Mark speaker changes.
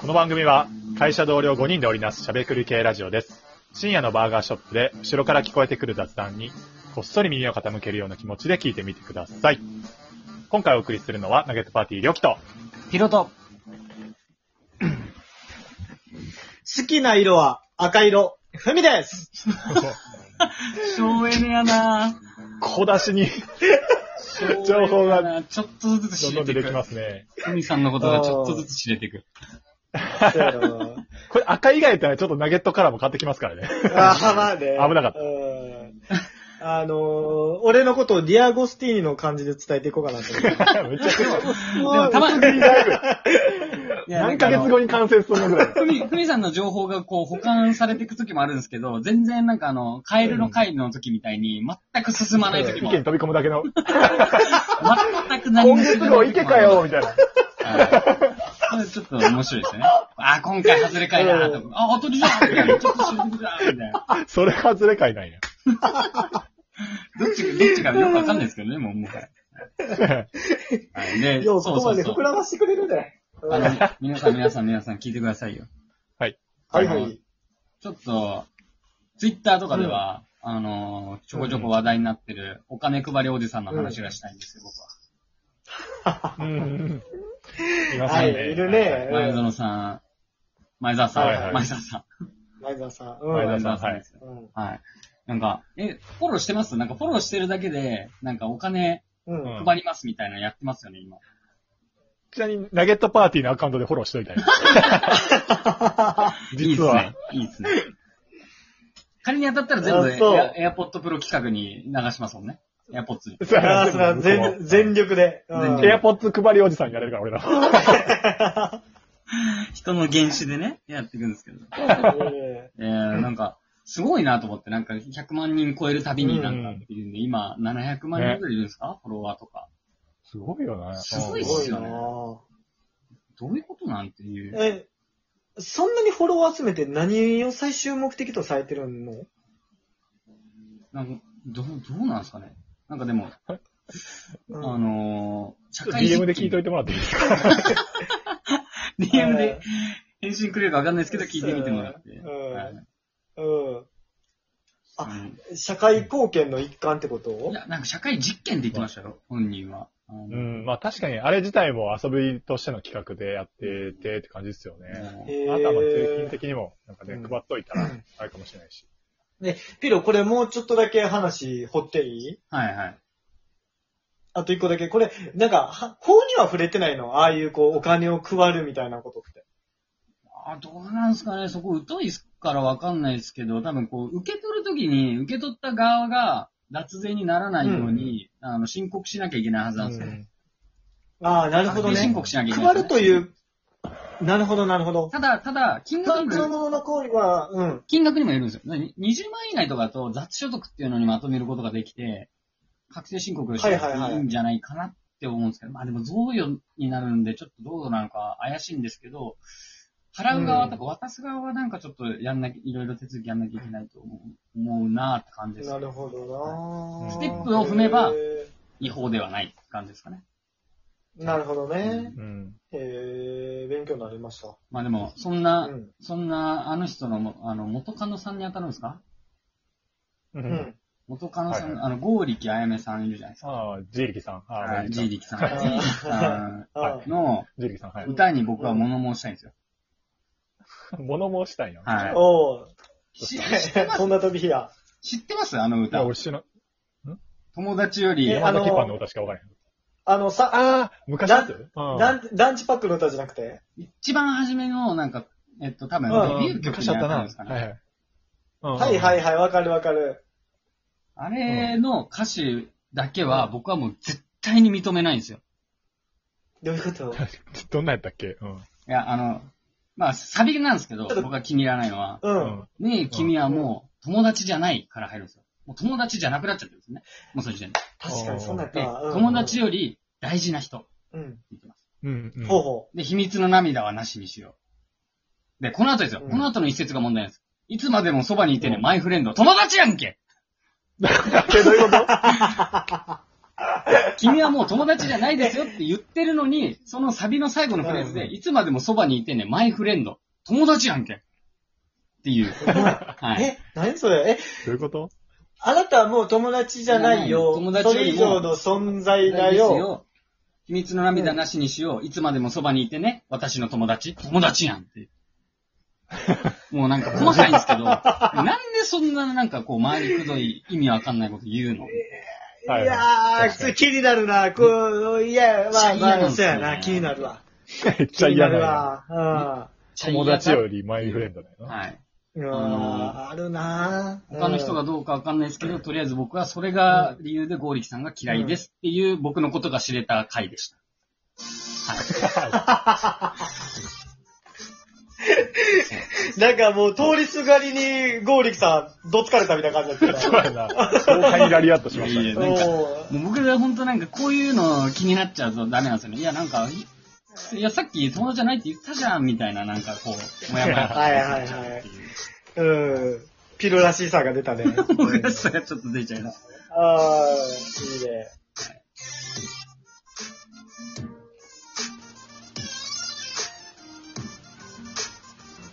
Speaker 1: この番組は会社同僚5人で織りなすしゃべくり系ラジオです。深夜のバーガーショップで後ろから聞こえてくる雑談にこっそり耳を傾けるような気持ちで聞いてみてください。今回お送りするのはナゲットパーティーりょきと。
Speaker 2: ヒロト。
Speaker 3: 好きな色は赤色、ふみです
Speaker 2: 省エネやな
Speaker 1: 小出しに
Speaker 2: ぁ
Speaker 1: 情報が
Speaker 2: 省エネやなぁちょっとずつ
Speaker 1: どんど
Speaker 2: 知れ
Speaker 1: ん
Speaker 2: て
Speaker 1: 出
Speaker 2: い
Speaker 1: てきま
Speaker 2: く。
Speaker 1: すね。
Speaker 2: 海さんのことがちょっとずつ知れていく。
Speaker 1: これ赤以外ってのはちょっとナゲットからも買ってきますからね。
Speaker 3: ああ、まあね。
Speaker 1: 危なかった
Speaker 3: た。あのー、俺のことをディアゴスティーニの感じで伝えていこうかな と思
Speaker 1: め
Speaker 3: って。
Speaker 1: ちゃくちゃ。
Speaker 2: でもたまに、いや
Speaker 1: 何ヶ月後に完成するのぐらい。
Speaker 2: ふみ、ふみさんの情報がこう保管されていく時もあるんですけど、全然なんかあの、カエルの回の時みたいに、全く進まない時
Speaker 1: 意
Speaker 2: も、
Speaker 1: 見に
Speaker 2: 全
Speaker 1: 飛び込むだけの。
Speaker 2: く何も
Speaker 1: 今月
Speaker 2: 進ま
Speaker 1: 号
Speaker 2: ないい時
Speaker 1: け
Speaker 2: もあ
Speaker 1: か
Speaker 2: る
Speaker 1: よみたいな。
Speaker 2: はい。これちょっと面白いですね。あ、今回外れ回だなと。あ、当たりじゃんみたいなちょっと進んでるなみたいな。
Speaker 1: それ外れかいないや。
Speaker 2: どっちか、どっちかよくわかんないですけどね、もう、もはやはい。で、
Speaker 3: よ、
Speaker 2: そううそ
Speaker 3: そこま
Speaker 2: う
Speaker 3: で
Speaker 2: そう
Speaker 3: 膨。らましてくれるんじゃない
Speaker 2: あの、皆さん皆さん皆さん聞いてくださいよ。
Speaker 3: はい
Speaker 2: あ
Speaker 3: は
Speaker 2: の
Speaker 3: い。
Speaker 2: ちょっと、ツイッターとかでは、あの、ちょこちょこ話題になってる、お金配りおじさんの話がしたいんですよ、僕は。
Speaker 1: うんうんうん。いま
Speaker 3: は
Speaker 1: す
Speaker 3: い、
Speaker 1: ね
Speaker 3: いる。ね。
Speaker 2: 前園さん、前澤さん、
Speaker 1: はいはい
Speaker 2: 前澤さん。
Speaker 3: 前澤さん。
Speaker 1: 前
Speaker 3: う
Speaker 1: 澤さんはい
Speaker 2: ですよ
Speaker 3: ん。
Speaker 2: はい。なんか、え、フォローしてますなんかフォローしてるだけで、なんかお金
Speaker 3: うん。うん
Speaker 1: うん
Speaker 2: 配りますみたいなのやってますよね、今。
Speaker 1: ちなみに、ナゲットパーティーのアカウントでフォローしといたよ。
Speaker 2: いいっ
Speaker 1: 実
Speaker 2: す
Speaker 1: は
Speaker 2: ね。。いいっすね。仮に当たったら全部
Speaker 3: あそう
Speaker 2: エア、AirPod Pro 企画に流しますもんね。AirPods に。
Speaker 1: そう
Speaker 3: あーそれは全全力で。
Speaker 2: 全
Speaker 3: うん
Speaker 2: 力
Speaker 1: エアポッツ配りおじさんになれるから、俺ら。
Speaker 2: 人の原種でね、やっていくんですけど。
Speaker 3: うん
Speaker 2: えー、なんか、すごいなと思って、なんか100万人超えるたびになんか
Speaker 1: うん
Speaker 2: っていうんで、今700万人ぐらいいるんですか、フォロワーとか。
Speaker 1: すごいよね。
Speaker 2: すごいっ
Speaker 3: すご
Speaker 2: す
Speaker 3: い
Speaker 2: よ
Speaker 3: な
Speaker 2: ね
Speaker 3: ぁ
Speaker 2: どういうことなんていう。
Speaker 3: え、そんなにフォロワー集めて何を最終目的とされてるの
Speaker 2: なんか、どう、どうなんですかね。なんかでも、
Speaker 3: う
Speaker 2: あ
Speaker 3: ん
Speaker 2: のー、
Speaker 1: ち
Speaker 2: 社
Speaker 1: ょっと
Speaker 2: 会実
Speaker 1: DM で聞いといてもらっていいですか
Speaker 2: DM で返信くれるかわかんないですけど、聞いてみてもらって。
Speaker 3: うん
Speaker 2: はい
Speaker 3: うん。あ
Speaker 2: うん
Speaker 3: 社会貢献の一環ってこと
Speaker 2: いや、なんか社会実験って言ってましたよ、本人は。あの
Speaker 1: うん、まあ確かに、あれ自体も遊びとしての企画でやっててって感じですよね。
Speaker 2: もう
Speaker 3: え
Speaker 1: あとはまあ税金的にも、なんかね、
Speaker 3: うん
Speaker 1: 配っといたら、あれかもしれないし。
Speaker 3: ピロ、これもうちょっとだけ話掘っていい
Speaker 2: はいはい。
Speaker 3: あと一個だけ。これ、なんか、は法には触れてないのああいう、こう、お金を配るみたいなことって。
Speaker 2: あ、どうなんですかね、そこ疎いっすからわかんないですけど、多分こう、受け取るときに、受け取った側が脱税にならないように、あの、申告しなきゃいけないはずなんですよ。
Speaker 1: うん
Speaker 3: ああ、なるほ
Speaker 2: 確
Speaker 3: ど
Speaker 2: 定申
Speaker 3: ね。
Speaker 2: 告しなきゃいけない
Speaker 3: 配
Speaker 2: です
Speaker 3: る
Speaker 2: ね、
Speaker 3: という、なるほど、なるほど。
Speaker 2: ただ、ただ、金額
Speaker 3: 単
Speaker 2: にも
Speaker 3: 純
Speaker 2: よ
Speaker 3: な
Speaker 2: る
Speaker 3: ものの行為は、うん。
Speaker 2: 金額にもよるんですよ。なに20万以内とかだと雑所得っていうのにまとめることができて、確定申告をして
Speaker 3: はいはいはい
Speaker 2: いいんじゃないかなって思うんですけど、まあでも贈与になるんで、ちょっとどうなのか怪しいんですけど、払う側とか渡す側はなんかちょっとやんなきゃ、いろいろ手続きやんなきゃいけないと思う思うなって感じです
Speaker 3: な。るほどなぁ
Speaker 1: ス
Speaker 2: テップを踏めば
Speaker 3: へ
Speaker 2: 違法ではないって感じですかね。
Speaker 3: ーなるほどね。
Speaker 1: うん。
Speaker 3: へえ、勉強になりました。
Speaker 2: まあでも、そんな、
Speaker 3: うん
Speaker 2: そんな、あの人のも、あの、元カノさんに当たるんですか
Speaker 1: う。
Speaker 3: うんん。
Speaker 2: 元カノさん、
Speaker 1: はいは
Speaker 2: あの、剛力あやめさんいるじゃないですか。
Speaker 1: ああ、ジーリキさん。ああ、
Speaker 2: はい、ジーリキさん。ジ
Speaker 3: はい
Speaker 2: ーリキさ
Speaker 3: あ
Speaker 2: んの
Speaker 1: ジーリキさん、はい。
Speaker 2: 歌に僕は物申したいんですよ。
Speaker 1: 物申したいな。
Speaker 2: はい。
Speaker 3: お う
Speaker 2: 知知ってま
Speaker 3: そ
Speaker 2: す
Speaker 3: んな飛び火や。
Speaker 2: 知ってますあの
Speaker 1: いや、
Speaker 2: 歌。
Speaker 1: 俺知らん。
Speaker 2: 友達より
Speaker 3: え、
Speaker 1: 山
Speaker 3: あの
Speaker 1: 崎パンの歌しかわからへん。
Speaker 3: あの、さ、
Speaker 1: ああ、昔のやつうん
Speaker 3: ランランチパックの歌じゃなくて
Speaker 2: 一番初めの、なんか、えっと、多分、
Speaker 3: うん
Speaker 2: デビュー曲
Speaker 1: 昔
Speaker 2: に
Speaker 1: あ
Speaker 2: あ
Speaker 1: ったた
Speaker 2: る
Speaker 1: な
Speaker 2: んですか。ね。
Speaker 1: はいはい。。
Speaker 3: はいはいいはい、わかるわかる。
Speaker 2: あれの歌詞だけは僕はもう絶対に認めないんですよ。
Speaker 3: どういうこと
Speaker 1: どんなやったっけうん。
Speaker 2: いや、あの、まあ、サビなんですけど、
Speaker 3: ちょっと
Speaker 2: 僕が気に入らないのは、
Speaker 3: う。。
Speaker 1: うん
Speaker 2: ねえ、君はもう友達じゃないから入るんですよ。もう友達じゃなくなっちゃってるんですね。もうその時点で。
Speaker 3: 確かに、そんなんやった
Speaker 2: で
Speaker 3: わうん
Speaker 2: 友達より大事な人って
Speaker 3: うん。
Speaker 2: 言ってます。
Speaker 1: うん。うん
Speaker 3: ほうほ
Speaker 2: で、秘密の涙はなしにしよう。で、この後ですよ。
Speaker 3: うん
Speaker 2: この後の一節が問題なんです。いつまでもそばにいてね、マイフレンド。友達やんけ
Speaker 1: だけどどういうこと
Speaker 2: 君はもう友達じゃないですよって言ってるのに、そのサビの最後のフレーズで、
Speaker 3: うん
Speaker 2: いつまでもそばにいてね、マイフレンド。友達やんけ。っていう。はい。
Speaker 3: え、何それえ、
Speaker 1: どういうこと
Speaker 3: あなたはもう友達じゃないよ。
Speaker 2: 友達
Speaker 3: そ
Speaker 2: よ
Speaker 3: れ
Speaker 2: り
Speaker 3: 以
Speaker 2: も
Speaker 3: 上の存在だ
Speaker 2: です
Speaker 3: よ。
Speaker 2: よ。秘密の涙なしにしよう。いつまでもそばにいてね、私の友達。友達やんっ て。もうなんか細かいんですけど、なんでそんななんかこう、周りくどい意味わかんないこと言うの
Speaker 3: い
Speaker 1: はい
Speaker 3: や
Speaker 1: 確か
Speaker 3: ー、
Speaker 1: に
Speaker 3: 気になるな。こう、いや、まあ
Speaker 2: 嫌
Speaker 3: ま
Speaker 2: な
Speaker 3: あ、
Speaker 2: んです
Speaker 3: そう
Speaker 2: よね
Speaker 3: やな。気になるわ。
Speaker 1: めっ
Speaker 3: 気
Speaker 1: ちゃ
Speaker 3: にな
Speaker 1: 嫌
Speaker 3: る
Speaker 1: な。
Speaker 3: わ。
Speaker 1: 友達よりマイフレンドだよな。
Speaker 2: はい。
Speaker 3: うん。うん
Speaker 2: あ
Speaker 3: あるな
Speaker 2: 他の人が
Speaker 3: うん
Speaker 2: どうかわかんないですけど、とりあえず僕はそれが理由でゴーリキさんが嫌いですっていう僕のことが知れた回でした。
Speaker 3: なんかもう通りすがりに、ゴーリキさん、どつかれたみたいな感じだった
Speaker 1: そう
Speaker 3: よね。
Speaker 1: やな。豪快にラリアットしました
Speaker 2: いやい
Speaker 1: ね
Speaker 2: や。なんか
Speaker 3: おー
Speaker 2: もう僕が本当なんかこういうの気になっちゃうとダメなんですよね。いやなんか、いいやさっき友達じゃないって言ったじゃんみたいななんかこう、もやもや。
Speaker 3: はいはいはい。うん。ピロらしさが出たね。
Speaker 2: 僕がそれはちょっと出ちゃいます。
Speaker 3: ああ、いいね。